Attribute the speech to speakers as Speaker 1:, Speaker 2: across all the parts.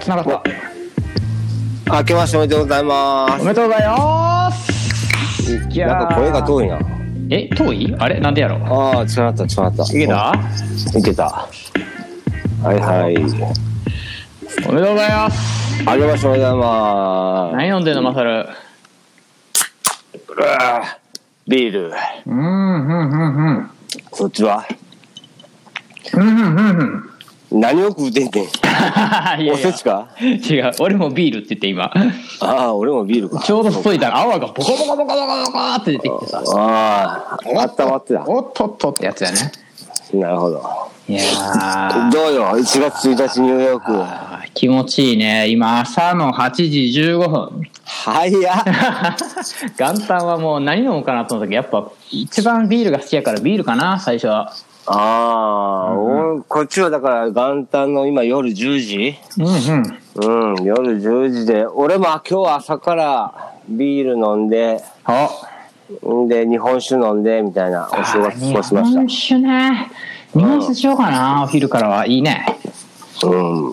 Speaker 1: つながった
Speaker 2: 明けましておめでとうございま
Speaker 1: おめでとうございます
Speaker 2: す。
Speaker 1: いやー
Speaker 2: なんか声が遠いな。
Speaker 1: え遠いあれなんでやろう
Speaker 2: ああ、つながった、つながった。
Speaker 1: いけた
Speaker 2: いけた。はいはい。
Speaker 1: おめでとうございます
Speaker 2: あけましておめでとうございま
Speaker 1: 何飲んでんのマサル
Speaker 2: す。うわービール。
Speaker 1: うんうんうんうん
Speaker 2: そっちは
Speaker 1: うんうんうんうん
Speaker 2: 何を食うてんねん。
Speaker 1: いやいや
Speaker 2: おせちか
Speaker 1: 違う俺もビールって言って今
Speaker 2: ああ、俺もビールか。
Speaker 1: ちょうど注いだら泡がボコボコボコボコボコって出てきてさ
Speaker 2: ああ、あったまってた。
Speaker 1: おっとっとってやつやね
Speaker 2: なるほど。
Speaker 1: いやー
Speaker 2: どうよ、1月1日ニューヨーク。
Speaker 1: あー気持ちいいね今朝の8時15分
Speaker 2: 早っ。
Speaker 1: 元旦はもう何飲むかなと思ったけどやっぱ一番ビールが好きやからビールかな最初は
Speaker 2: ああ、おこっちはだから元旦の今夜10時
Speaker 1: うんうん
Speaker 2: うん、夜10時で、俺も今日は朝からビール飲んで、
Speaker 1: お
Speaker 2: んで、日本酒飲んで、みたいなお正月過ごしま
Speaker 1: 日本
Speaker 2: し
Speaker 1: 酒ね日本酒しようかなお昼からはいいね
Speaker 2: た。うん。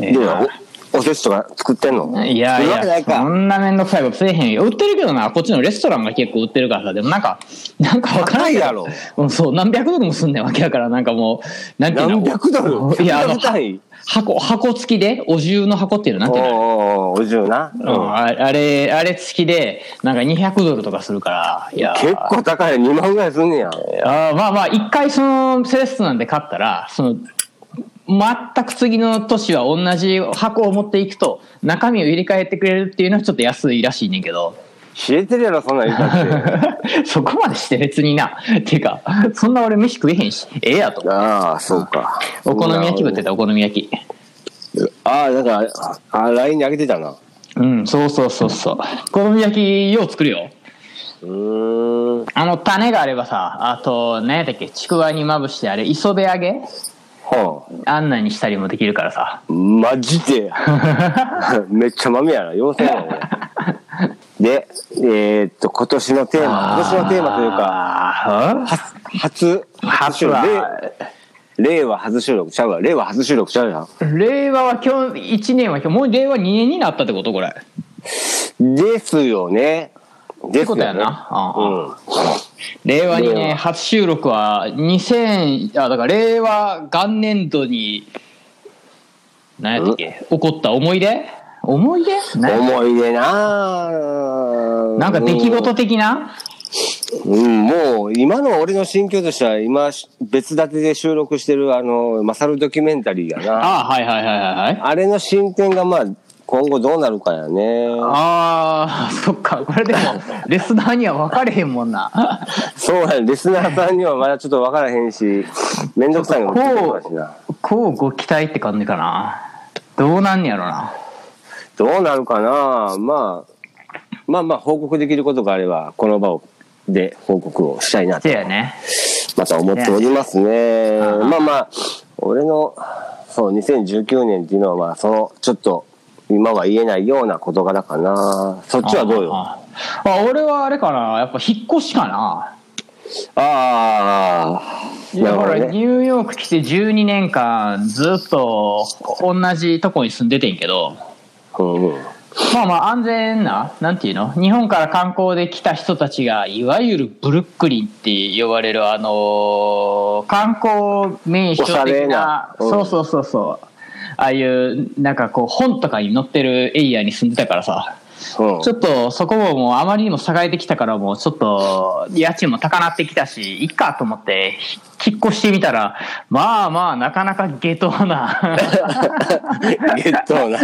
Speaker 1: え
Speaker 2: で、
Speaker 1: ー
Speaker 2: おおせちとか作ってんの
Speaker 1: いやい
Speaker 2: 作るわけな
Speaker 1: や
Speaker 2: い
Speaker 1: そ
Speaker 2: か。
Speaker 1: んな面倒くさいことせえへんよ売ってるけどなこっちのレストランが結構売ってるからさでもなんかなんかわからんけど
Speaker 2: 高いやろ
Speaker 1: うん、そう何百ドルもすんねんわけやからなんかもうなんていうの
Speaker 2: 何百ドル
Speaker 1: いやあの
Speaker 2: 何百単位
Speaker 1: 箱箱付きでお重の箱っていうのなん
Speaker 2: お
Speaker 1: ていうの
Speaker 2: うおうおう、お重な。う
Speaker 1: うんん、ああれ、あれ付きで、なんか200ドルとかするから、いやー、
Speaker 2: 結構高い、2万ぐらいすんねや。
Speaker 1: あーまあまあ、一回そのセレッソなんで買ったら、その、全く次の年は同じ箱を持っていくと、中身を入れ替えてくれるっていうのはちょっと安いらしいねんけど、
Speaker 2: 冷えてるやろ、そんなん言うたって。
Speaker 1: そこまでして別にな。てか、そんな俺飯食えへんし、ええやと。
Speaker 2: ああ、そうか。
Speaker 1: お好み焼き食ってた、お好み焼き。
Speaker 2: ああ、だから、あ LINE にあげてたな。
Speaker 1: うん、そうそうそうそう。お好み焼きよう作るよ。
Speaker 2: うーん。
Speaker 1: あの種があればさあと何やったっけちくわにまぶしてあれ磯辺揚げ
Speaker 2: は
Speaker 1: あんなにしたりもできるからさ
Speaker 2: あ、マジで。 めっちゃ豆やな。妖精やな、 俺。で、えーっと、今年のテーマ。今年のテーマというか、
Speaker 1: か
Speaker 2: 初、初収録。令令和初収録ちゃうわ。令和初収録ちゃうや
Speaker 1: 令和は今日1年は今日もう令和2年になったってことこれ
Speaker 2: ん。ですよね。ですよね。
Speaker 1: ことやなああ
Speaker 2: うん。
Speaker 1: 令和2
Speaker 2: 令
Speaker 1: 年
Speaker 2: 和
Speaker 1: 初収録は2000あだから令和元年度に何やったっけ起こった思い出思い出何や
Speaker 2: 思い出なぁ
Speaker 1: なんか出来事的な
Speaker 2: うん、もう、今の俺の心境としては、今、別立てで収録してる、あの、マサルドキュメンタリーやな。
Speaker 1: ああはいはいはいはいはい
Speaker 2: あれの進展がまあ今後どうなるかやね。
Speaker 1: ああ そっかこれで もレスナーには分かれへんもんな
Speaker 2: そうやね。リスナーさんにはまだちょっと分からへ んし、めんどくさいのもちょっとあるしな。
Speaker 1: こうご期待って感じかなどうなんやろな
Speaker 2: どうなるかなまあ、まあまあ報告できることがあれば、この場を。で報告をしたいなと
Speaker 1: せやね
Speaker 2: また思っておりますね。まあまあ、俺の、そう、2019年っていうのは、まあ、その、ちょっと、今は言えないような事柄かな。そっちはどうよ。あ
Speaker 1: あああ俺はあれかなやっぱ引っ越しかな
Speaker 2: あー、
Speaker 1: いや
Speaker 2: なる
Speaker 1: ほ
Speaker 2: ほど
Speaker 1: ら
Speaker 2: ね。
Speaker 1: ニューヨーク来て12年間ずっと同じとこに住んでてんけど
Speaker 2: うんうん
Speaker 1: まあまあ安全ななんていうの日本から観光で来た人たちがいわゆるブルックリンって呼ばれるあのー観光名所
Speaker 2: おしゃれ
Speaker 1: 的
Speaker 2: な
Speaker 1: な
Speaker 2: うん
Speaker 1: そうそうそうそうああいうなんかこう本とかに載ってるエリアに住んでたからさ
Speaker 2: うん
Speaker 1: ちょっとそこももうあまりにも栄えてきたからもうちょっと家賃も高なってきたしいっかと思って引っ越してみたらまあまあなかなか下等 な。
Speaker 2: ゲットーな、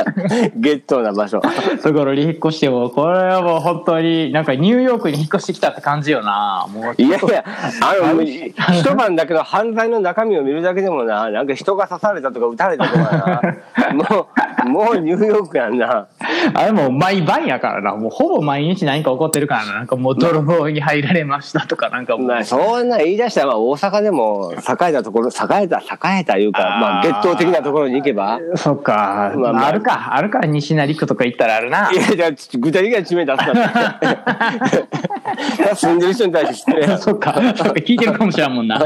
Speaker 2: ゲットーな場所。
Speaker 1: ところに引っ越してもこれはもう本当になんかニューヨークに引っ越してきたって感じよなもう
Speaker 2: いやいや、あの、一晩だけど犯罪の中身を見るだけでもな、なんか人が刺されたとか撃たれたとかな、もう、もうニューヨークやんな。
Speaker 1: あれもう毎晩やからな。もうほぼ毎日何か起こってるからな。なんかもう泥棒に入られましたとか、なんかもう。
Speaker 2: まあ、そんな言い出したら、まあ、大阪でも、栄えたところ、栄えた、栄えたいうか、
Speaker 1: あー
Speaker 2: まあ、決闘的なところに行けば。
Speaker 1: そっか、
Speaker 2: まあまあ
Speaker 1: あ、るか、あるか、西成区とか行ったらあるな。
Speaker 2: いや、じゃあちょっと具体的な地名出すな って。住んでる人に対して失礼や。
Speaker 1: そっか、そっか聞いてるかもしれんもんな。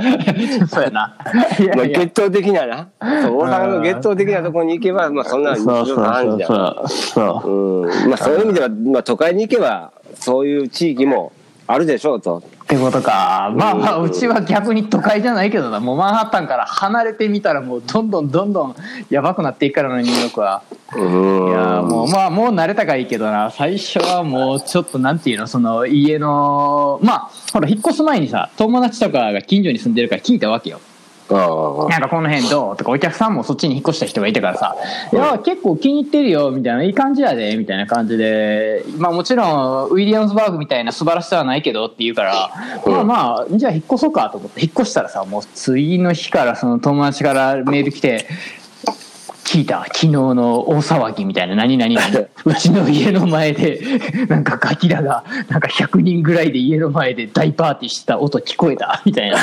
Speaker 1: そうやな。いやい
Speaker 2: まあ、
Speaker 1: や
Speaker 2: 決闘的なな。そう大阪の決闘的なところに行けば、まあ、そんな日
Speaker 1: そうそ
Speaker 2: 常
Speaker 1: う
Speaker 2: 茶
Speaker 1: そ
Speaker 2: 飯事
Speaker 1: う
Speaker 2: だ。
Speaker 1: そうそう。
Speaker 2: うん。まあ、そういう意味では、まあ、都会に行けば、そういう地域もあるでしょうと。
Speaker 1: ってことか。まあまあ、うちは逆に都会じゃないけどな。もうマンハッタンから離れてみたら、もうどんどんどんどんやばくなっていくからな、ニューヨークは。
Speaker 2: うん。
Speaker 1: いやーもうまあもう慣れたからいいけどな最初はもうちょっとなんていうのその家のまあほら引っ越す前にさ友達とかが近所に住んでるから聞いたわけよ
Speaker 2: あ
Speaker 1: なんかこの辺どうとかお客さんもそっちに引っ越した人がいたからさ「いや結構気に入ってるよ」みたいな「いい感じやで」みたいな感じでまあもちろんウィリアムズバーグみたいな素晴らしさはないけどって言うから
Speaker 2: うん
Speaker 1: まあまあじゃあ引っ越そうかと思って引っ越したらさもう次の日からその友達からメール来て聞いた昨日の大騒ぎみたいな何々何うちの家の前で なんかガキらがなんか100人ぐらいで家の前で大パーティーしてた音聞こえた みたいな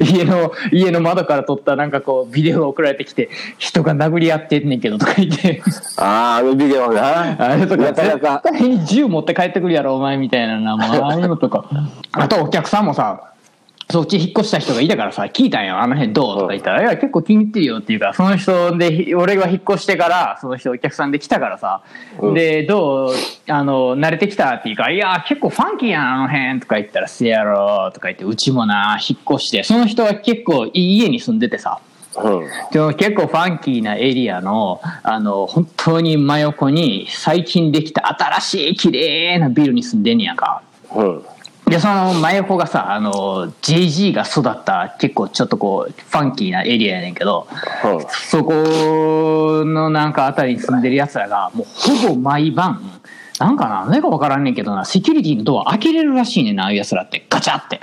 Speaker 1: 家の家の窓から撮ったなんかこうビデオが送られてきて人が殴り合ってんねんけどとか言って
Speaker 2: あ。ああ、あのビデオな。
Speaker 1: あれとか
Speaker 2: なかなか。
Speaker 1: 絶対に銃持って帰ってくるやろお前みたいななもうああいうのとか あとお客さんもさそっち引っ越した人がいたからさ聞いたんよあの辺どうとか言ったら「いや結構気に入ってるよ」っていうからその人でひ俺が引っ越してからその人お客さんで来たからさ、
Speaker 2: うん
Speaker 1: でどうあの慣れてきたっていうから「いや結構ファンキーやなあの辺」とか言ったら「せやろ」とか言って「うちもな引っ越してその人は結構いい家に住んでてさ、
Speaker 2: うん。
Speaker 1: でも結構ファンキーなエリアのあの本当に真横に最近できた新しい綺麗なビルに住んでんねやんか
Speaker 2: うん。
Speaker 1: でその真横がさあの JG が育った結構ちょっとこうファンキーなエリアやねんけど
Speaker 2: うん。
Speaker 1: そこのなんかあたりに住んでる奴らがもうほぼ毎晩なんかな何か分からんねんけどなセキュリティのドア開けれるらしいねんなああいう奴らってガチャって。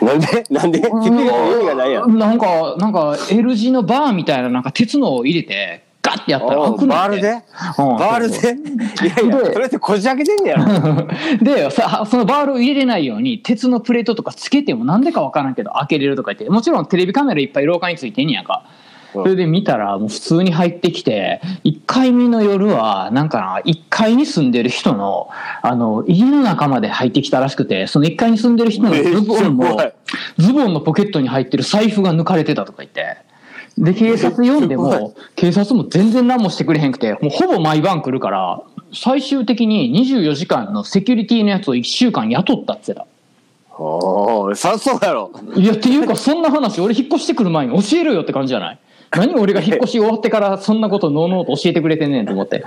Speaker 2: なんでなんで結局意味がないやん。
Speaker 1: なんか、なんか L 字のバーみたいな、なんか鉄のを入れて、ガッてやったら
Speaker 2: お
Speaker 1: 開
Speaker 2: う
Speaker 1: くねんて
Speaker 2: バールで
Speaker 1: うん
Speaker 2: バール
Speaker 1: そうそう
Speaker 2: でいやいや、
Speaker 1: で
Speaker 2: それってこじ開けてんねやろ。
Speaker 1: でさそのバールを入れれないように鉄のプレートとかつけてもなんでかわからんけど開けれるとか言ってもちろんテレビカメラいっぱい廊下についてんねやんか
Speaker 2: うん
Speaker 1: それで見たらもう普通に入ってきて1回目の夜はなんかな1階に住んでる人のあの家の中まで入ってきたらしくてその1階に住んでる人のズボン
Speaker 2: めっちゃ怖
Speaker 1: の
Speaker 2: い
Speaker 1: ズボンのポケットに入ってる財布が抜かれてたとか言って。で警察呼んで
Speaker 2: めっちゃ怖
Speaker 1: も 警察も全然何もしてくれへんくてもうほぼ毎晩来るから最終的に24時間のセキュリティのやつを1週間雇ったって言って
Speaker 2: おお、さそうやろ。
Speaker 1: たいやっていうかそんな話俺引っ越してくる前に教えろよって感じじゃない何俺が引っ越し終わってからそんなことのうのうと教えてくれてんねんと思って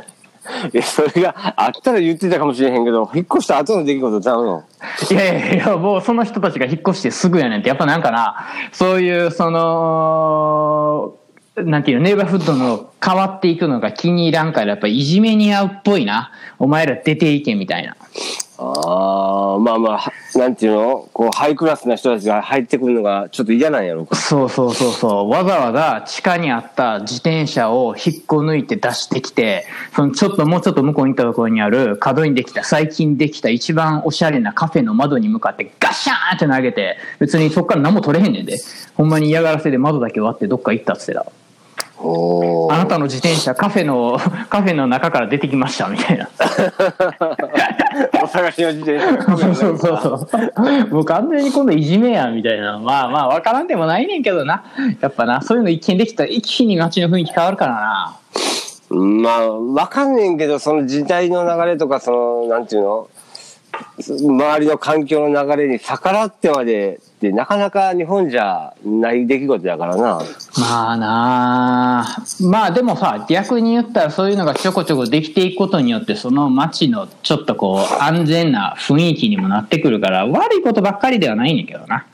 Speaker 2: いや、それがあったら言ってたかもしれへんけど、引っ越した後の出来事ちゃうの。
Speaker 1: いやいやいやもうその人たちが引っ越してすぐやねんってやっぱなんかなそういうそのなんていうのネイバーフッドの変わっていくのが気に入らんからやっぱいじめに合うっぽいなお前ら出ていけみたいな
Speaker 2: ああ、まあまあ、なんていうのこう、ハイクラスな人たちが入ってくるのがちょっと嫌なんやろうか。
Speaker 1: そうそうそうそうわざわざ地下にあった自転車を引っこ抜いて出してきてそのちょっともうちょっと向こうに行ったところにある角にできた最近できた一番おしゃれなカフェの窓に向かってガシャーンって投げて別にそっから何も取れへんねんでほんまに嫌がらせで窓だけ割ってどっか行ったっつってた
Speaker 2: おお
Speaker 1: あ。なたの自転車カフェのカフェの中から出てきましたみたいな
Speaker 2: お探しの時点で。
Speaker 1: そうそうそうそうもう完全に今度いじめやみたいなまあまあわからんでもないねんけどなやっぱなそういうの一見できたら一気に街の雰囲気変わるからな
Speaker 2: うんまあ、わかんねんけど、その時代の流れとか、その、なんていうの周りの環境の流れに逆らってまでって、なかなか日本じゃない出来事だからな。
Speaker 1: まあなあまあでもさ逆に言ったらそういうのがちょこちょこできていくことによってその街のちょっとこう安全な雰囲気にもなってくるから悪いことばっかりではないねんけどな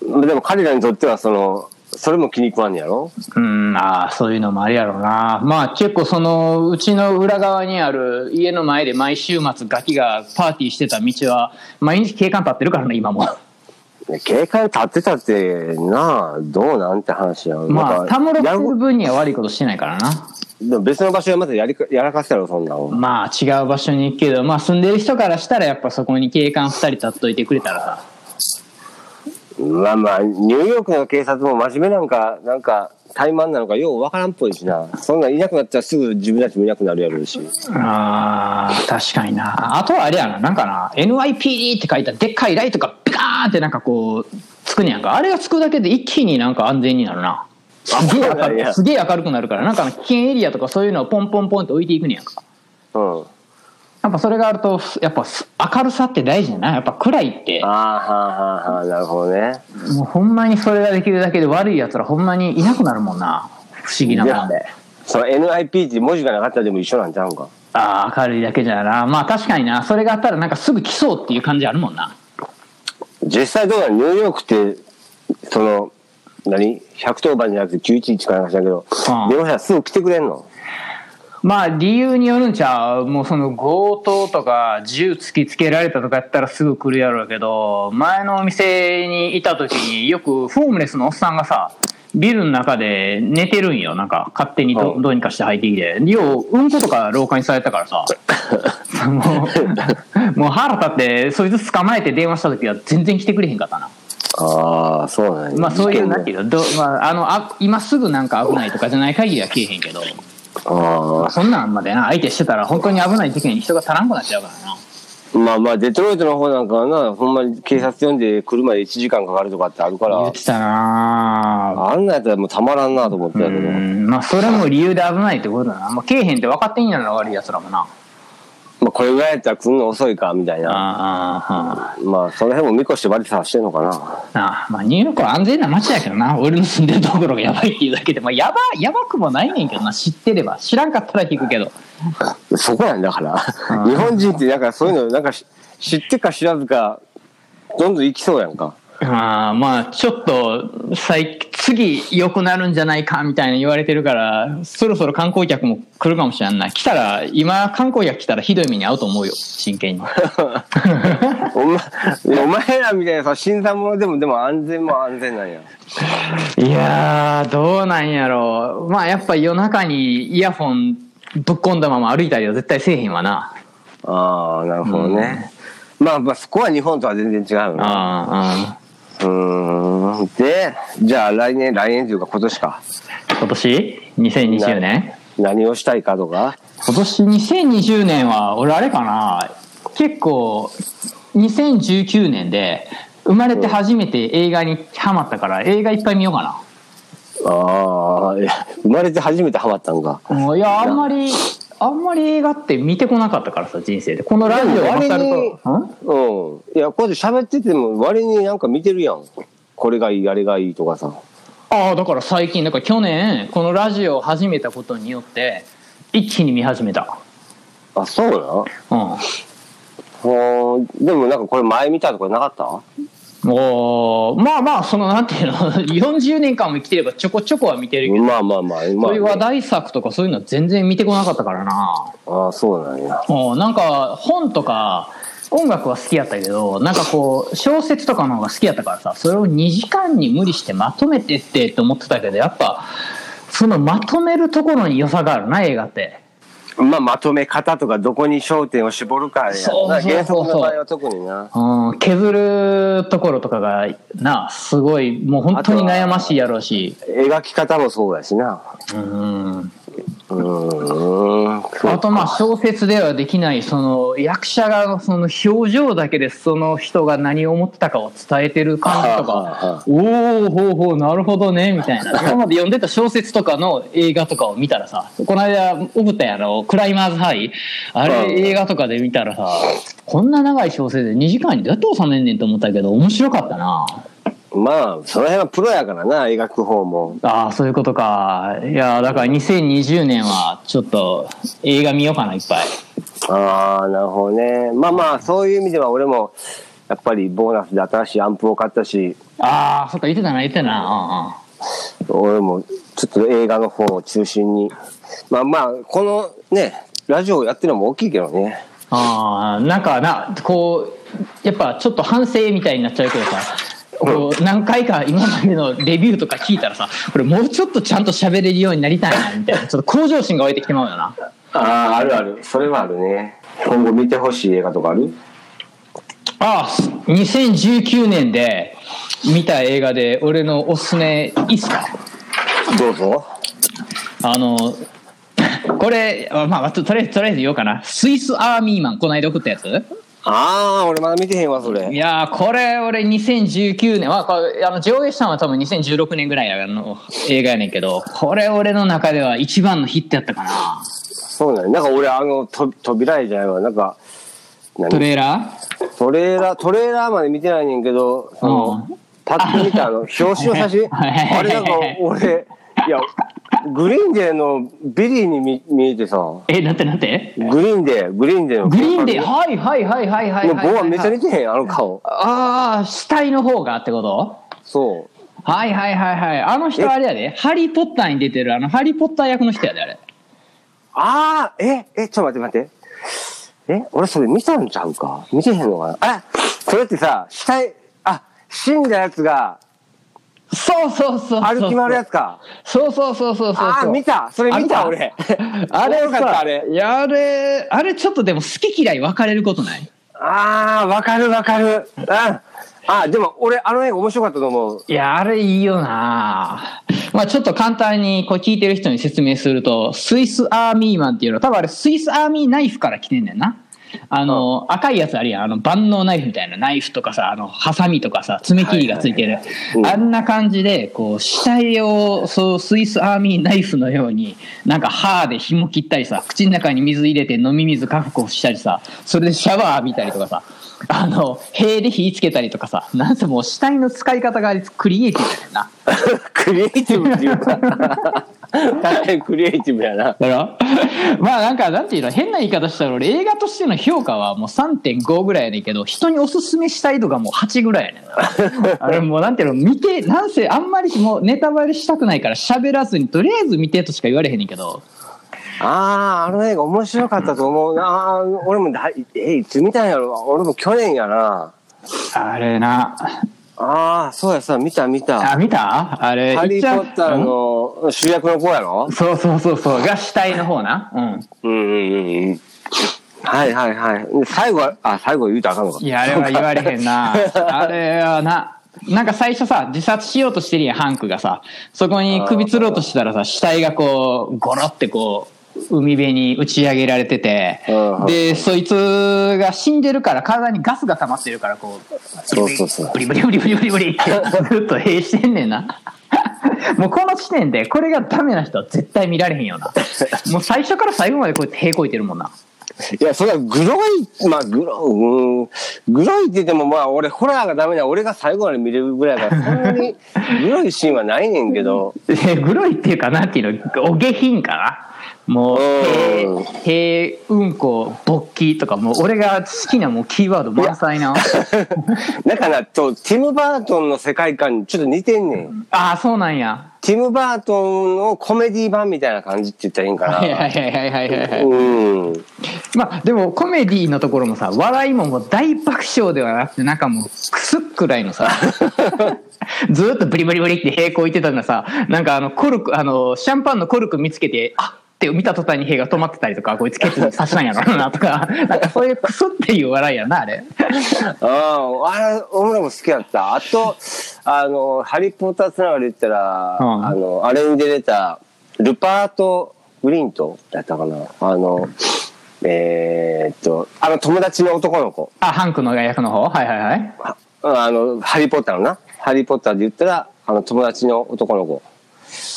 Speaker 2: でも彼らにとっては、その、それも気に食わんねやろ
Speaker 1: うん、ああ、そういうのもありやろうな。まあ結構その、うちの裏側にある家の前で毎週末ガキがパーティーしてた道は、毎日警官立ってるからね、今 も。
Speaker 2: 警戒立ってたって、なあ、どうなんて話やん。
Speaker 1: まあ、
Speaker 2: なんか
Speaker 1: たむろく
Speaker 2: や
Speaker 1: す
Speaker 2: る
Speaker 1: る分には悪いことしてないからな。
Speaker 2: でも別の場所はまたやりかやらかせたろ、そんなの。
Speaker 1: まあ違う場所に行くけど、まあ住んでる人からしたらやっぱそこに警官二人立っといてくれたらさ、
Speaker 2: まあまあ、ニューヨークの警察も真面目なんか、なんか、怠慢なのか、ようわからんっぽいしな。そんなんいなくなったらすぐ自分たちもいなくなるやろうし。
Speaker 1: あー確かになあとはあれやななんかな NYPD って書いたでっかいライトがピカーンってなんかこうつくねやんかあれがつくだけで一気になんか安全になるなすげえ
Speaker 2: そう
Speaker 1: 明
Speaker 2: なん
Speaker 1: る
Speaker 2: や
Speaker 1: くすげえ明るくなるからなんかあの危険エリアとかそういうのをポンポンポンって置いていくねやんか
Speaker 2: うん。
Speaker 1: やっぱそれがあるとやっぱ明るさって大事だなやっぱ暗いって
Speaker 2: ああ、はあ、はあ、はあ、なるほどね。
Speaker 1: もうほんまにそれができるだけで悪いやつらほんまにいなくなるもんな不思議なもん
Speaker 2: い
Speaker 1: で
Speaker 2: その NIP って文字がなかったらでも一緒なんちゃうんか。
Speaker 1: ああ明るいだけじゃなまあ確かになそれがあったらなんかすぐ来そうっていう感じあるもんな
Speaker 2: 実際どうなのニューヨークって、その、何 ?110 番じゃなくて911かなんかしたけど、
Speaker 1: うん
Speaker 2: 電話したらすぐ来てくれんの
Speaker 1: まあ理由によるんちゃうもうその強盗とか銃突きつけられたとかやったらすぐ来るやろうけど前のお店にいた時によくホームレスのおっさんがさビルの中で寝てるんよなんか勝手にど
Speaker 2: うん
Speaker 1: どうにかして入ってきてよううんことか廊下にされたからさもうもう腹立ってそいつ捕まえて電話した時は全然来てくれへんかったな
Speaker 2: ああ、そうなんや
Speaker 1: まあそういうなんて
Speaker 2: う。
Speaker 1: いうのど、まあ、あのあ今すぐなんか危ないとかじゃない限りは来えへんけど
Speaker 2: あ
Speaker 1: そんなんまでな相手してたら本当に危ない事件に人が足らんくなっちゃうからな
Speaker 2: あ、まあまあ、デトロイトの方なんかはな、ほんまに警察呼んで車で1時間かかるとかってあるか
Speaker 1: 言っ
Speaker 2: ら、
Speaker 1: てたなぁ
Speaker 2: あんなんやったらもうたまらんなと思った
Speaker 1: う
Speaker 2: けど。
Speaker 1: んまあそれも理由で危ないってことだな、まあ、けえへんって分かってんやろ悪いやつらもな
Speaker 2: まあ、これぐらいやったら来るの遅いか、みたいな。
Speaker 1: ああ
Speaker 2: まあ、その辺も見越してバリ探してんのかな。
Speaker 1: なあまあニューヨークは安全な街やけどな俺の住んでるところがやばいっていうだけで、まあ、やばやばくもないねんけどな知ってれば知らんかったら引くけど
Speaker 2: そこなんだから。日本人って、なんかそういうの、なんかし知ってか知らずか、どんどん行きそうやんか。
Speaker 1: ああまあちょっと最次良くなるんじゃないかみたいな言われてるからそろそろ観光客も来るかもしれんない来たら今観光客来たらひどい目に遭うと思うよ真剣に
Speaker 2: お前、お前らみたいなさ、新参者でも、でも安全も安全なんや。
Speaker 1: いやーどうなんやろうまあやっぱ夜中にイヤホンぶっ込んだまま歩いたりは絶対せえへんわな
Speaker 2: ああ、なるほどね。まあまあ、そこは日本とは全然違うよな。
Speaker 1: ああ
Speaker 2: うーん。で、じゃあ来年、来年というか今年か。
Speaker 1: 今年2020年
Speaker 2: 何をしたいかとか。
Speaker 1: 今年2020年は俺あれかな結構2019年で生まれて初めて映画にハマったから映画いっぱい見ようか
Speaker 2: ああ、いや生まれて初めてハマったんか。
Speaker 1: なもういやあんまりあんまり映画って見てこなかったからさ人生でこのラジオが
Speaker 2: 割
Speaker 1: 当
Speaker 2: に
Speaker 1: たるとん
Speaker 2: うん。いや、こうやって喋ってても、割になんか見てるやん。これがいい、あれがいいとかさ。
Speaker 1: ああだから最近だから去年このラジオを始めたことによって一気に見始めた
Speaker 2: あ、そうなん
Speaker 1: うん
Speaker 2: ほーでもなんかこれ前見たとかなかった
Speaker 1: もうまあまあそのなんていうの 40年間も生きてればちょこちょこは見てるけど
Speaker 2: まあまあまあ、
Speaker 1: そ
Speaker 2: ま
Speaker 1: う
Speaker 2: あ、
Speaker 1: いう話題作とかそういうのは全然見てこなかったからな
Speaker 2: ああ、そうなんや。
Speaker 1: もうなんか本とか音楽は好きやったけどなんかこう小説とかの方が好きやったからさそれを2時間に無理してまとめてってって思ってたけどやっぱそのまとめるところに良さがあるな映画って
Speaker 2: まあ、まとめ方とか、どこに焦点を絞るかやな。
Speaker 1: そうそうそうそう
Speaker 2: 原作の場合は特にな。
Speaker 1: うん削るところとかがなすごいもう本当に悩ましいやろうし
Speaker 2: 描き方もそうやしな。
Speaker 1: うん
Speaker 2: うーん。
Speaker 1: あとまあ小説ではできないその役者がその表情だけでその人が何を思ってたかを伝えてる感じと
Speaker 2: はいはいは
Speaker 1: かおおほうほうなるほどねみたいな今まで読んでた小説とかの映画とかを見たらさこの間オブタやろクライマーズハイあ
Speaker 2: はい
Speaker 1: れ映画とかで見たらさこんな長い小説で2時間にどうやって収めんねんと思ったけど面白かったな
Speaker 2: まあ、その辺はプロやからな、描く方も。
Speaker 1: ああそういうことかいやだから2020年はちょっと映画見ようかないっぱい。
Speaker 2: ああ、なるほどね。まあまあ、そういう意味では俺も、やっぱりボーナスで新しいアンプを買ったし、
Speaker 1: ああそっか言ってたな言ってたな
Speaker 2: 俺もちょっと映画の方を中心に。まあまあ、このね、ラジオやってるのも大きいけどね。
Speaker 1: うんうんああなんかなこうやっぱちょっと反省みたいになっちゃうけどさこう何回か今までのレビューとか聞いたらさ俺もうちょっとちゃんと喋れるようになりたいなみ たいなちょっと向上心が湧いてきてまうよな
Speaker 2: ああ、あるある。それはあるね。今後見てほしい映画とかある
Speaker 1: ああ2019年で見た映画で俺のおすすめいいっすか
Speaker 2: どうぞ。
Speaker 1: あのこれ、あまあ、ととりあえずとりあえず言おうかなスイスアーミーマンこの間送ったやつ
Speaker 2: ああ、俺まだ見てへんわ、そ
Speaker 1: い
Speaker 2: れ。
Speaker 1: やーこれ俺2019年、まあ、これあの上映したのは多分2016年ぐらいやの映画やねんけどこれ俺の中では一番のヒットやったかな
Speaker 2: そうなんやなんか俺、あの、と扉絵じゃないわ。なんか、何
Speaker 1: トレーラ
Speaker 2: トレーラー、トレーラーまで見てないねんけど、その、
Speaker 1: う
Speaker 2: パッと見たあの、表紙の写真
Speaker 1: はいはいはい
Speaker 2: あれなんか俺、いや、グリーンデーのビリーに見見えてさ、
Speaker 1: ーえなんてなんて
Speaker 2: グリーンデー、グリーンデーの。
Speaker 1: グリーンデー
Speaker 2: も
Speaker 1: はいはいはいはいはいうはい
Speaker 2: ボアめっちゃ
Speaker 1: はい
Speaker 2: 見てへん、あの顔。
Speaker 1: ああ死体の方がってこと
Speaker 2: そう。
Speaker 1: はいはいはいはいあの人あれやでハリー・ポッターに出てるあのハリー・ポッター役の人やであれ
Speaker 2: ああ、え、え、ちょっと待って待って。え、俺それ見たんちゃうか見てへんのかなあれそれってさ、死体、あ、死んだやつが
Speaker 1: そうそうそうそう
Speaker 2: 歩き回るやつか。
Speaker 1: そうそうそうそうそうそう
Speaker 2: ああ、見たそれ見た
Speaker 1: あ
Speaker 2: 俺。
Speaker 1: あれ
Speaker 2: よかった、
Speaker 1: さ
Speaker 2: あれ。
Speaker 1: い やあれあれちょっとでも好き嫌い分かれることない
Speaker 2: ああ、わかるわかる。うん。あーでも俺、あの映画面白かったと思う。
Speaker 1: いやあれいいよなまあちょっと簡単にこう聞いてる人に説明するとスイスアーミーマンっていうのは多分あれスイスアーミーナイフから来てんねんなあの、赤いやつあるやんあの万能ナイフみたいなナイフとかさあのハサミとかさ爪切りがついてる、
Speaker 2: はいはい
Speaker 1: あんな感じでこう死体をそうスイスアーミーナイフのようになんか歯で紐切ったりさ口の中に水入れて飲み水確保したりさそれでシャワー浴びたりとかさあの塀で火つけたりとかさなんせもう死体の使い方がクリエイティブだよな
Speaker 2: クリエイティブっていうか。 確かにクリエイティブやな。
Speaker 1: だろ まあなんかなんていうの変な言い方したら俺映画としての評価はもう3.5ぐらいやねんけど人におすすめしたいとかもう8ぐらいやねんな あれもうなんていうの見てなんせあんまりもうネタバレしたくないから喋らずにとりあえず見てとしか言われへんねんけど
Speaker 2: ああ、あの映画面白かったと思うな。あー俺もだい、え、いつ見たんやろ俺も去年やな。
Speaker 1: あれな
Speaker 2: ああ、そうやさ、見た見た。
Speaker 1: あ見たあれ
Speaker 2: ハリ
Speaker 1: いっ
Speaker 2: ー・
Speaker 1: ちゃん
Speaker 2: ポッターの主役の子やろ
Speaker 1: うんそうそうそうそうが死体の方なうん
Speaker 2: うんうんうんうん。はいはいはい。最後は、あ、最後言うとあかんのか。
Speaker 1: いや、あれは言われへんな。 あれはな。なんか最初さ、自殺しようとしてるやん、ハンクがさ。そこに首吊ろうとしたらさ、死体がこう、ゴロってこう、海辺に打ち上げられてて
Speaker 2: うん、
Speaker 1: で、そいつが死んでるから、体にガスが溜まってるから、こう、
Speaker 2: そうそうそう。
Speaker 1: ブリブリブリブリブリブリって、ずっと閉してんねんな。 もうこの時点で、これがダメな人は絶対見られへんよな。もう最初から最後までこうやって平こいてるもんな。
Speaker 2: いや、それはグロい、まあ、グロ、うん。グロいって言っても、まあ、俺、ホラーがダメな俺が最後まで見れるぐらいだから、そんなにグロいシーンはないねんけど。
Speaker 1: え グロいっていうかなんていうのお下品かなもう
Speaker 2: うん
Speaker 1: 「へえうんこ勃起」とかもう俺が好きなもうキーワード満載な
Speaker 2: だから、と、ティム・バートンの世界観にちょっと似てんねん。
Speaker 1: ああそうなんや
Speaker 2: ティム・バートンのコメディ版みたいな感じって言ったらいいんか
Speaker 1: はいは
Speaker 2: な。
Speaker 1: いはいはいはいはいはい
Speaker 2: うん。
Speaker 1: まあでもコメディのところもさ笑いももう大爆笑ではなくてなんかもうクスッくらいの さずーっとブリブリブリって平行いてたのがさなんかあのコルクあのシャンパンのコルク見つけてあっって見た途端に兵が止まってたりとかこいつケツに刺したんやろうなとか なんかそういうクスっていう笑いやなあれ
Speaker 2: うん、あれ、俺らも好きだった。あと、あの、ハリー・ポッターつながりで言ったら、
Speaker 1: うん
Speaker 2: あの、あれに出れた、ルパート・グリントだったかな。あの、えーっと、あの友達の男の子。
Speaker 1: あ、ハンクの役の方はいはいはい。
Speaker 2: ああの、ハリー・ポッターのな。ハリー・ポッターで言ったら、あの友達の男の子。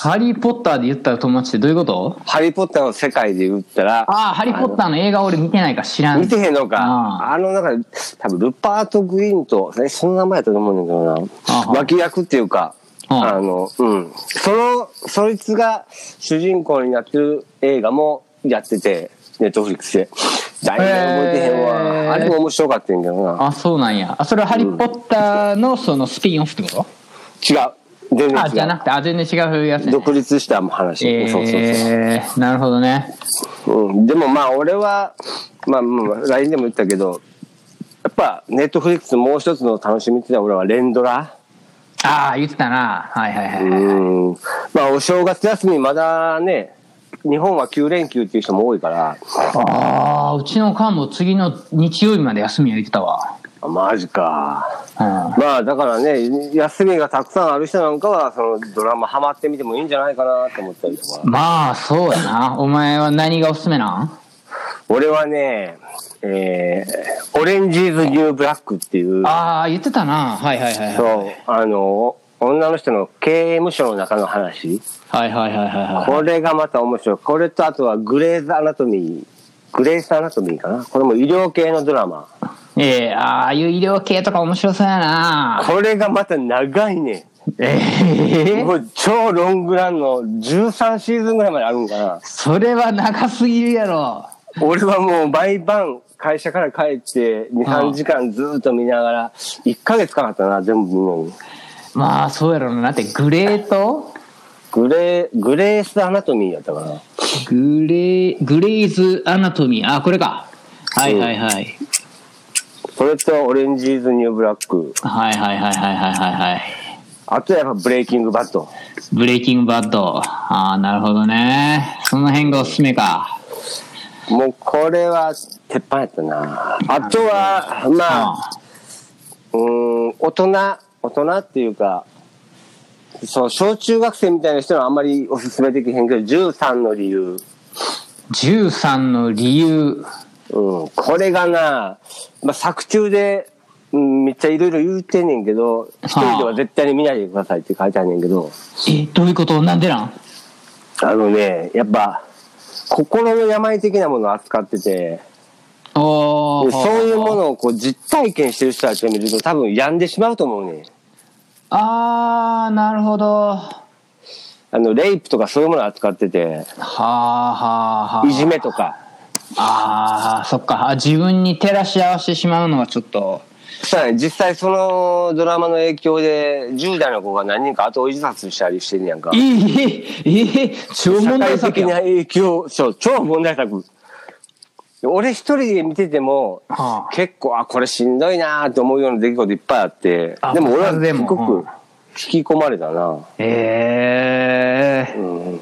Speaker 1: ハリー・ポッターで言ったら友達ってどういうこと
Speaker 2: ハリー・ポッターの世界で言ったら、
Speaker 1: ああ、ハリー・ポッターの映画俺見てないから知らん。
Speaker 2: 見てへんのか。
Speaker 1: あ
Speaker 2: あの中で、多分ルパート・グリント、えその名前やったと思うんだけ
Speaker 1: あ
Speaker 2: ど
Speaker 1: は
Speaker 2: な。脇役っていうか、
Speaker 1: あは
Speaker 2: あの、うん。その、そいつが主人公になってる映画もやってて、ネットフリックスで。だいぶ覚えてへんわ。
Speaker 1: へー
Speaker 2: あれも面白かったんやけどな。
Speaker 1: あ、そうなんや。あ、それはハリー・ポッターのそのスピンオフってこと、
Speaker 2: 違う。全
Speaker 1: あ、じゃ
Speaker 2: 然
Speaker 1: なくて、あ、全然違うやつ、
Speaker 2: 違う。
Speaker 1: ね。
Speaker 2: 独立した話。
Speaker 1: え
Speaker 2: そうそうそう。
Speaker 1: ー、なるほどね。
Speaker 2: うん、でもまあ俺は、まあ、まあ LINE でも言ったけどやっぱネットフリックスもう一つの楽しみっていうのは俺は連ドラ
Speaker 1: ああ、言ってたな。はいはいはい。
Speaker 2: うん。まあ、お正月休みまだね、日本は9連休っていう人も多いから、
Speaker 1: ああ、うちの幹部次の日曜日まで休みを入れてたわ。
Speaker 2: あマジか。
Speaker 1: うん。
Speaker 2: まあ、だからね、休みがたくさんある人なんかは、そのドラマハマってみてもいいんじゃないかなと思ったりとか。
Speaker 1: まあ、そうやな。お前は何がおすすめなん
Speaker 2: 俺はね、えー、オレンジーズ・ニュー・ブラックっていう、
Speaker 1: ああ、言ってたな。はいはいはい。はい
Speaker 2: そう、あの、女の人の刑務所の中の話。
Speaker 1: はいはいはいはいはい。
Speaker 2: これがまた面白い。これとあとはグレーズ・アナトミー。グレーズ・アナトミーかなこれも医療系のドラマ。
Speaker 1: ええああいう医療系とか面白そうやな。
Speaker 2: これがまた長いね。
Speaker 1: ええ
Speaker 2: もう超ロングランの13シーズンぐらいまであるんかな。
Speaker 1: それは長すぎるやろ。
Speaker 2: 俺はもう毎晩会社から帰って2、
Speaker 1: ああ
Speaker 2: 3時間ずっと見ながら、1ヶ月かかったな、全部見るのに。
Speaker 1: まあ、そうやろな。だって、グレート
Speaker 2: グレー、グレース・アナトミーやったかな。
Speaker 1: グレー、グレイズ・アナトミー。あ、これか。はいはいはい。
Speaker 2: それとオレンジーズ・ニュー・ブラック。
Speaker 1: はいはいはいはいはいはいはい。
Speaker 2: あとはやっぱブレイキング・バッド。
Speaker 1: ブレイキングバッド。ああ、なるほどね。その辺がおすすめか。
Speaker 2: もうこれは鉄板やったな。あとは、まあ、
Speaker 1: あ
Speaker 2: うーん、大人、大人っていうか、そう、小中学生みたいな人はあんまりおすすめできへんけど、13の理由。
Speaker 1: 13の理由。
Speaker 2: うん、これがな、まあ、作中で、うん、めっちゃいろいろ言うてんねんけど、一人では絶対に見ないでくださいって書いてあんねんけど、
Speaker 1: え、どういうことなんでなん
Speaker 2: あのね、やっぱ、心の病的なものを扱ってて、
Speaker 1: お
Speaker 2: で
Speaker 1: ー
Speaker 2: そういうも。のをこう実体験してる人たちを見ると多分病んでしまうと思うねん。
Speaker 1: ああ、なるほど。は
Speaker 2: あの、レイプとかそういうものを扱ってて、
Speaker 1: あはあはあ。
Speaker 2: いじめとか。
Speaker 1: ああ、そっか。あ自分に照らし合わせてしまうのはちょっと。
Speaker 2: そうだね、実際そのドラマの影響で10代の子が何人か後追い自殺したりしてんねやんか
Speaker 1: え。えええ超
Speaker 2: 社
Speaker 1: 問
Speaker 2: 会
Speaker 1: 題
Speaker 2: 的
Speaker 1: 作やん
Speaker 2: な影響、そう、超問題作。俺一人で見てても、
Speaker 1: はあ
Speaker 2: 結構、あ、これしんどいなと思うような出来事いっぱいあって
Speaker 1: あ、
Speaker 2: でも俺
Speaker 1: ま
Speaker 2: は
Speaker 1: あですも
Speaker 2: ご
Speaker 1: うん
Speaker 2: く引き込まれたな。
Speaker 1: ええ
Speaker 2: うん、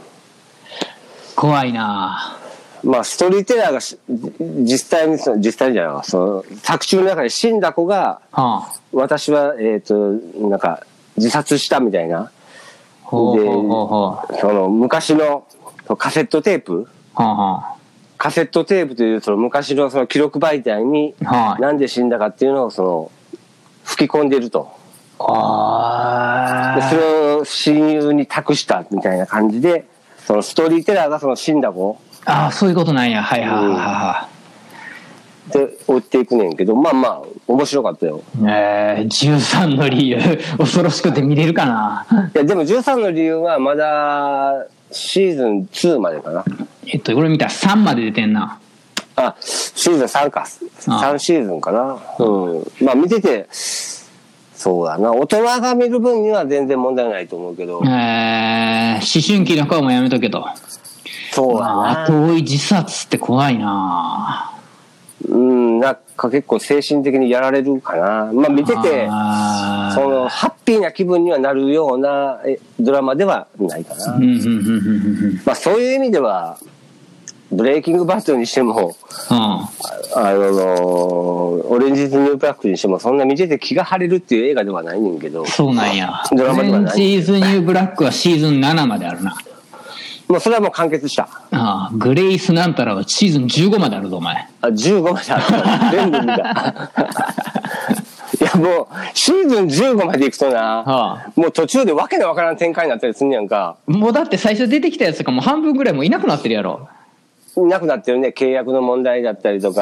Speaker 1: 怖いな。
Speaker 2: まあ、ストーリーテラーがし実際にその、実際にじゃないわ、その、作中の中で死んだ子が、
Speaker 1: はあ。
Speaker 2: 私は、えっ、と、なんか、自殺したみたいな。
Speaker 1: ほうほうほうほう。は
Speaker 2: その昔のそのカセットテープ
Speaker 1: あは
Speaker 2: カセットテープというその昔のその記録媒体に
Speaker 1: あ。はい。
Speaker 2: なんで死んだかっていうのをその吹き込んでると
Speaker 1: あ
Speaker 2: でそ
Speaker 1: あ。
Speaker 2: れを親友に託したみたいな感じでそのストーリーテラーがその死んだ子
Speaker 1: ああ、そういうことなんや。はいはいはいは
Speaker 2: で追っていくねんけどまあまあ面白かったよ
Speaker 1: いはい。えー、13の理由、 恐ろしくて見れるかな。
Speaker 2: いやでも13の理由はまだシーズン2までかな
Speaker 1: えっと、これ見たら3まで出てんな。
Speaker 2: あシーズン3か3シーズンかなうんまあ見ててそうだな大人が見る分には全然問題ないと思うけど、
Speaker 1: えー、思春期の子はもうやめとけと。
Speaker 2: そうだ
Speaker 1: あ
Speaker 2: な
Speaker 1: あ、後追い自殺って怖いな。
Speaker 2: うんなんか結構精神的にやられるかなまあ見てて
Speaker 1: あー
Speaker 2: そのハッピーな気分にはなるようなえドラマではないかな、
Speaker 1: うんうんうんうんうんうん。
Speaker 2: まあそういう意味ではブレイキングバットにしても
Speaker 1: うん
Speaker 2: あのオレンジズ・ニューブラックにしてもそんな見てて気が晴れるっていう映画ではないねんけど
Speaker 1: そうなんや。
Speaker 2: ドラマではない
Speaker 1: オレンジーズ・ニュー・ブラックはシーズン7まであるな。
Speaker 2: もうそれはもう完結した。
Speaker 1: ああグレイス・なんたらはシーズン15まであるぞ、お前。
Speaker 2: あ、15まであった。 全部見 た。いや、もう、シーズン15まで行くとな、
Speaker 1: はあ、
Speaker 2: もう途中でわけのわからん展開になったりすんねやんか。
Speaker 1: もうだって最初出てきたやつとかもう半分ぐらいもういなくなってるやろ。
Speaker 2: いなくなってるね。契約の問題だったりと
Speaker 1: あ
Speaker 2: か、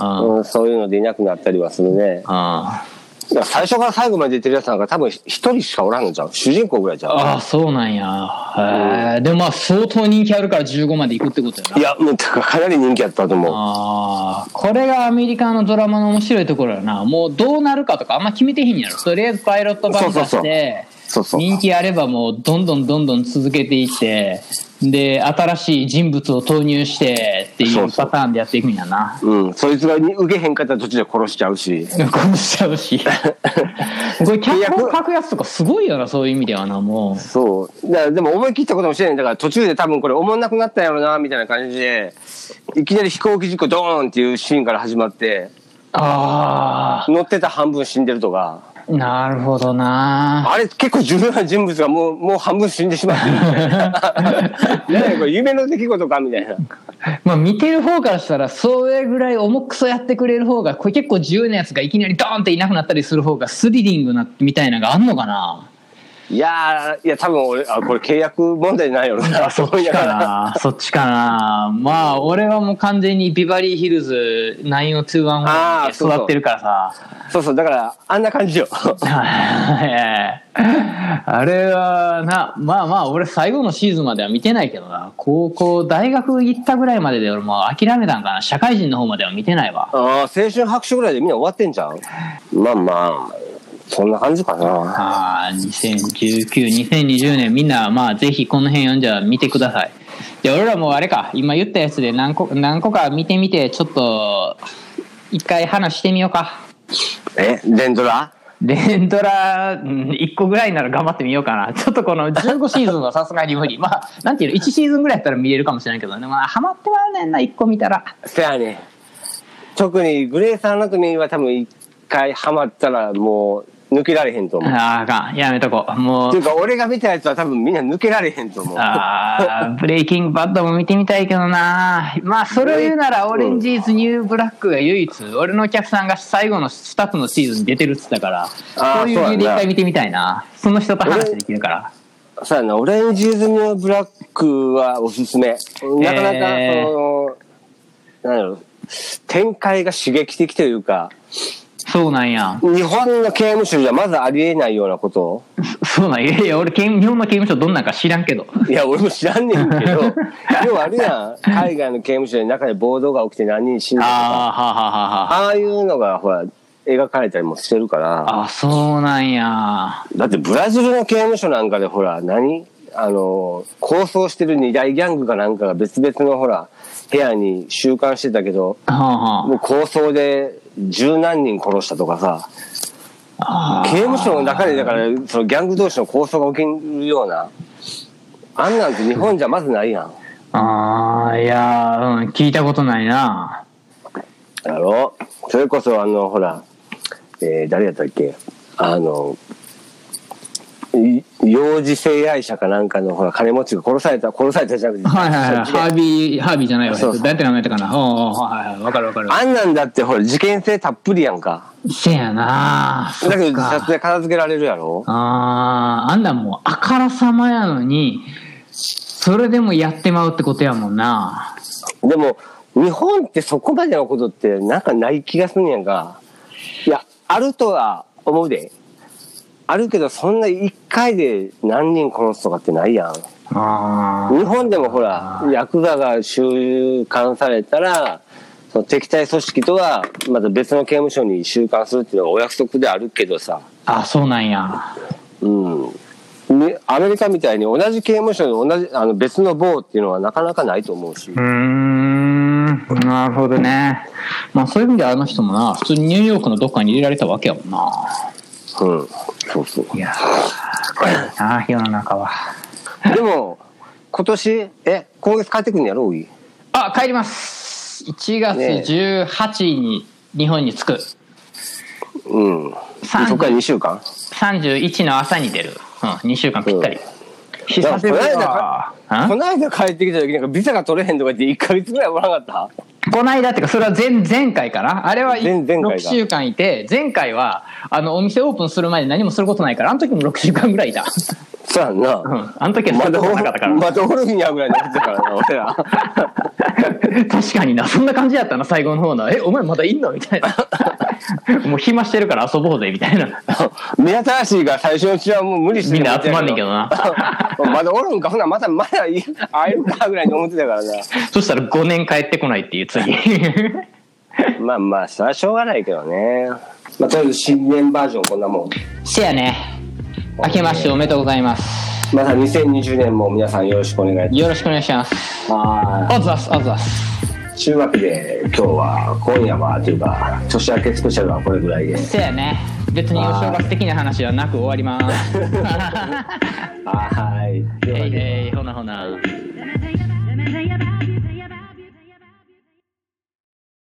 Speaker 1: ーあー
Speaker 2: うん、そういうのでいなくなったりはするね。
Speaker 1: あ
Speaker 2: だから最初から最後まで出てるやつなんか多分一人しかおらんのじゃん。主人公ぐらいじゃん。
Speaker 1: あ、そうなんや。へえでもまあ相当人気あるから15まで行くってことや
Speaker 2: い
Speaker 1: な。
Speaker 2: や、もうだからかなり人気やったと思う。
Speaker 1: ああ、これがアメリカのドラマの面白いところやな。もうどうなるかとかあんま決めてへんやろ。とりあえずパイロット版出して、
Speaker 2: そうそうそうそう。
Speaker 1: 人気あればもうどんどんどんどん続けていってで新しい人物を投入してってい
Speaker 2: そううそう
Speaker 1: パターンでやっていくんやな
Speaker 2: うん、そいつがに受けへんかったら途中で殺しちゃうし。
Speaker 1: 殺しちゃう しこれ脚本書くやつとかすごいよなそういう意味ではなも
Speaker 2: そう。だからでも思い切ったこともしてない。だから途中で多分これ思んなくなったんやろな、みたいな感じで、いきなり飛行機事故ドーンっていうシーンから始まって、
Speaker 1: うあ
Speaker 2: 乗ってた半分死んでるとか、
Speaker 1: あなるほどな
Speaker 2: あれ結構重要な人物がもう、もう半分死んでしまってるみ たいな。何やこれ夢の出来事かみたいな。
Speaker 1: まあ見てる方からしたらそれぐらい重くそやってくれる方がこれ結構自由なやつがいきなりドーンっていなくなったりする方がスリリングなみたいなのがあんのかない
Speaker 2: やー、いや多分俺、あ、これ契約問題ないよ な、そう
Speaker 1: そっ
Speaker 2: い
Speaker 1: ち
Speaker 2: や
Speaker 1: かなそっちかなまあ俺はもう完全にビバリーヒルズ
Speaker 2: あー
Speaker 1: 90211
Speaker 2: そ
Speaker 1: で
Speaker 2: うそう
Speaker 1: 育ってるからさ
Speaker 2: そうそう、だからあんな感じよ。
Speaker 1: あれはなまあまあ俺最後のシーズンまでは見てないけどな高校大学行ったぐらいまでで俺もう諦めたんかな社会人の方までは見てないわ
Speaker 2: ああ、青春白書ぐらいでみんな終わってんじゃんまあまあ、そんな感じかな。
Speaker 1: ああ20192020年みんなまあぜひこの辺読んじゃ見てくださいで俺らもうあれか今言ったやつで何個何個か見てみてちょっと一回話してみようか
Speaker 2: え、連ドラ
Speaker 1: レンドラうん1個ぐらいなら頑張ってみようかな。ちょっとこの15シーズンはさすがに無理。まあ、なんていうの、1シーズンぐらいやったら見れるかもしれないけどね。まあ、ハマってはねんな、1個見たら。
Speaker 2: せやね。特にグレースアナトミーは多分一回ハマったらもう抜けられへんと
Speaker 1: あ
Speaker 2: 思う。
Speaker 1: あ、あかん。やめとこう。も、
Speaker 2: っていううか俺が見たやつは多分みんな抜けられへんと思う。
Speaker 1: ああ、ブレイキングバッドも見てみたいけどな。まあ、それを言うなら、オレンジーズ・ニュー・ブラックが唯一、俺のお客さんが最後の2つのシーズンに出てるっつったから、
Speaker 2: あー
Speaker 1: そういう理由で一回見てみたいな。その人と話できるから。
Speaker 2: そうやな、オレンジーズのブラックはおすすめ。なかなか、
Speaker 1: えー
Speaker 2: その、なんだろう、展開が刺激的というか、
Speaker 1: そうなんや。
Speaker 2: 日本の刑務所じゃまずありえないようなことを。
Speaker 1: そうなんや。いやいや、俺、刑務日本の刑務所どんなんか知らんけど。
Speaker 2: いや、俺も知らんねんけ ど、要はあるやん、海外の刑務所で中で暴動が起きて何人死んだとか、
Speaker 1: ああ、はあはあはあはあ。
Speaker 2: ああいうのが、ほら、描かれたりもしてるから、
Speaker 1: あ、そうなんや。
Speaker 2: だってブラジルの刑務所なんかで、ほら、何あの、抗争してる二大ギャングかなんかが別々の、ほら、部屋に収監してたけど、
Speaker 1: はあは
Speaker 2: もう抗争で十何人殺したとかさ、
Speaker 1: ああ
Speaker 2: 刑務所の中で、だから、そのギャング同士の抗争が起きるような、あんなんて日本じゃまずないやん。
Speaker 1: ー。ああ、いやー、うん、聞いたことないな。
Speaker 2: だろそれこそあのほら、えー誰やったっけあのい幼児性愛者かなんかのほら金持ちが殺された殺されたじゃなくて、
Speaker 1: はいはいはい。ハービー、ハービーじゃないわ。
Speaker 2: そうそう
Speaker 1: だって名前やったかな。おうおうはいはい。わかるわかる。
Speaker 2: あんなんだってほら事件性たっぷりやんか
Speaker 1: せやな。
Speaker 2: だけど
Speaker 1: そっ
Speaker 2: 自
Speaker 1: か
Speaker 2: 殺で片付けられるやろ
Speaker 1: ああ、あんなんもう、あからさまやのに、それでもやってまうってことやもんな。
Speaker 2: でも日本ってそこまでのことってなんかない気がすんやんかいやあるとは思うであるけどそんな一回で何人殺すとかってないやん
Speaker 1: ああ。
Speaker 2: 日本でもほら、ヤクザが収監されたら、その敵対組織とはまた別の刑務所に収監するっていうのがお約束であるけどさ、
Speaker 1: あ、そうなんや。
Speaker 2: うん。ねアメリカみたいに同じ刑務所で同じ、あの別の棒っていうのはなかなかないと思うし
Speaker 1: うー。ん、なるほどね。まあそういう意味であの人もな、普通にニューヨークのどっかに入れられたわけやもんな。
Speaker 2: うん。そう そう。
Speaker 1: いやー、怖いな、世の中は。
Speaker 2: でも、今年、え、今月帰ってくるんやろ、おい。
Speaker 1: あ、帰ります。1月
Speaker 2: ね
Speaker 1: 18に日本に着く。
Speaker 2: うん。
Speaker 1: 三
Speaker 2: そっから2週間
Speaker 1: 31の朝に出る。うん、2週間ぴったり。久しぶり
Speaker 2: この
Speaker 1: だ
Speaker 2: 間。こ
Speaker 1: ん
Speaker 2: の間帰ってきた時なんかビザが取れへんとか言って1ヶ月ぐらいおらなかった
Speaker 1: こないだっていうか、それは前前回かな。あれは
Speaker 2: 前前回が
Speaker 1: 6週間いて、前回は、あの、お店オープンする前に何もすることないから、あの時も6週間ぐらいいた。
Speaker 2: そうやんな。
Speaker 1: うん、あの時はそ
Speaker 2: ま
Speaker 1: ん
Speaker 2: だ
Speaker 1: なこ
Speaker 2: お
Speaker 1: とな
Speaker 2: る
Speaker 1: かったから。
Speaker 2: まだおるんやぐらいになってたからな、俺ら。
Speaker 1: 確かになそんな感じだったな最後の方の「えお前まだいんの?」みたいな 「もう暇してるから遊ぼうぜ」みたいな
Speaker 2: 目新しいが最初のうちはもう無理して
Speaker 1: みんな集まんねんけどな
Speaker 2: まだおるんか、ほな、また、まだい会えるかぐらいに思ってたからな。
Speaker 1: そしたら5年帰ってこないっていう 次
Speaker 2: まあまあ、それはしょうがないけどね。まあ、とりあえず新年バージョンこんなもん。
Speaker 1: せやね明けましておめでとうございます。
Speaker 2: また2020年も皆さんよろしくお願いいたし
Speaker 1: よろしくお願いします。
Speaker 2: ます。は
Speaker 1: あずあす、あずあす。
Speaker 2: い。中学で今日は、今夜はというか、年明けスペシャルはこれぐらいです。
Speaker 1: そうやね。別にお正月的な話ではなく終わります。
Speaker 2: はい。
Speaker 1: えいえい、ほなほな。
Speaker 3: Let me tell you about,